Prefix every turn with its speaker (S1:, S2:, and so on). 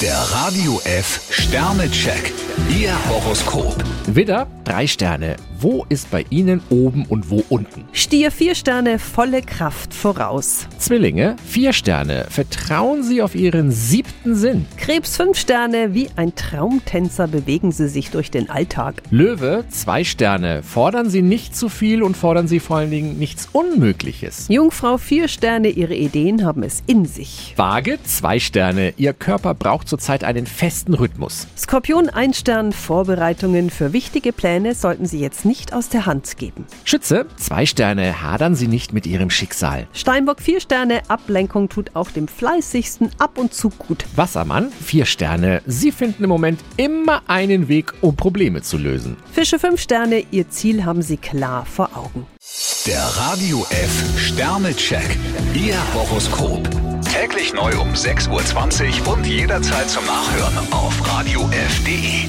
S1: Der Radio F Sternecheck. Ihr Horoskop.
S2: Widder, drei Sterne. Wo ist bei Ihnen oben und wo unten?
S3: Stier vier Sterne, volle Kraft voraus.
S2: Zwillinge, vier Sterne. Vertrauen Sie auf Ihren siebten Sinn.
S3: Krebs fünf Sterne, wie ein Traumtänzer bewegen Sie sich durch den Alltag.
S2: Löwe, zwei Sterne. Fordern Sie nicht zu viel und fordern Sie vor allen Dingen nichts Unmögliches.
S3: Jungfrau vier Sterne, Ihre Ideen haben es in sich.
S2: Waage, zwei Sterne. Ihr Körper braucht zurzeit einen festen Rhythmus.
S3: Skorpion ein Stern, Vorbereitungen für wichtige Pläne sollten Sie jetzt nicht aus der Hand geben.
S2: Schütze, zwei Sterne. Hadern Sie nicht mit Ihrem Schicksal.
S3: Steinbock vier Sterne, Ablenkung tut auch dem fleißigsten ab und zu gut.
S2: Wassermann, vier Sterne. Sie finden im Moment immer einen Weg, um Probleme zu lösen.
S3: Fische fünf Sterne, Ihr Ziel haben Sie klar vor Augen.
S1: Der Radio F Sternecheck. Ihr Horoskop. Täglich neu um 6.20 Uhr und jederzeit zum Nachhören auf Radio E. radiof.de.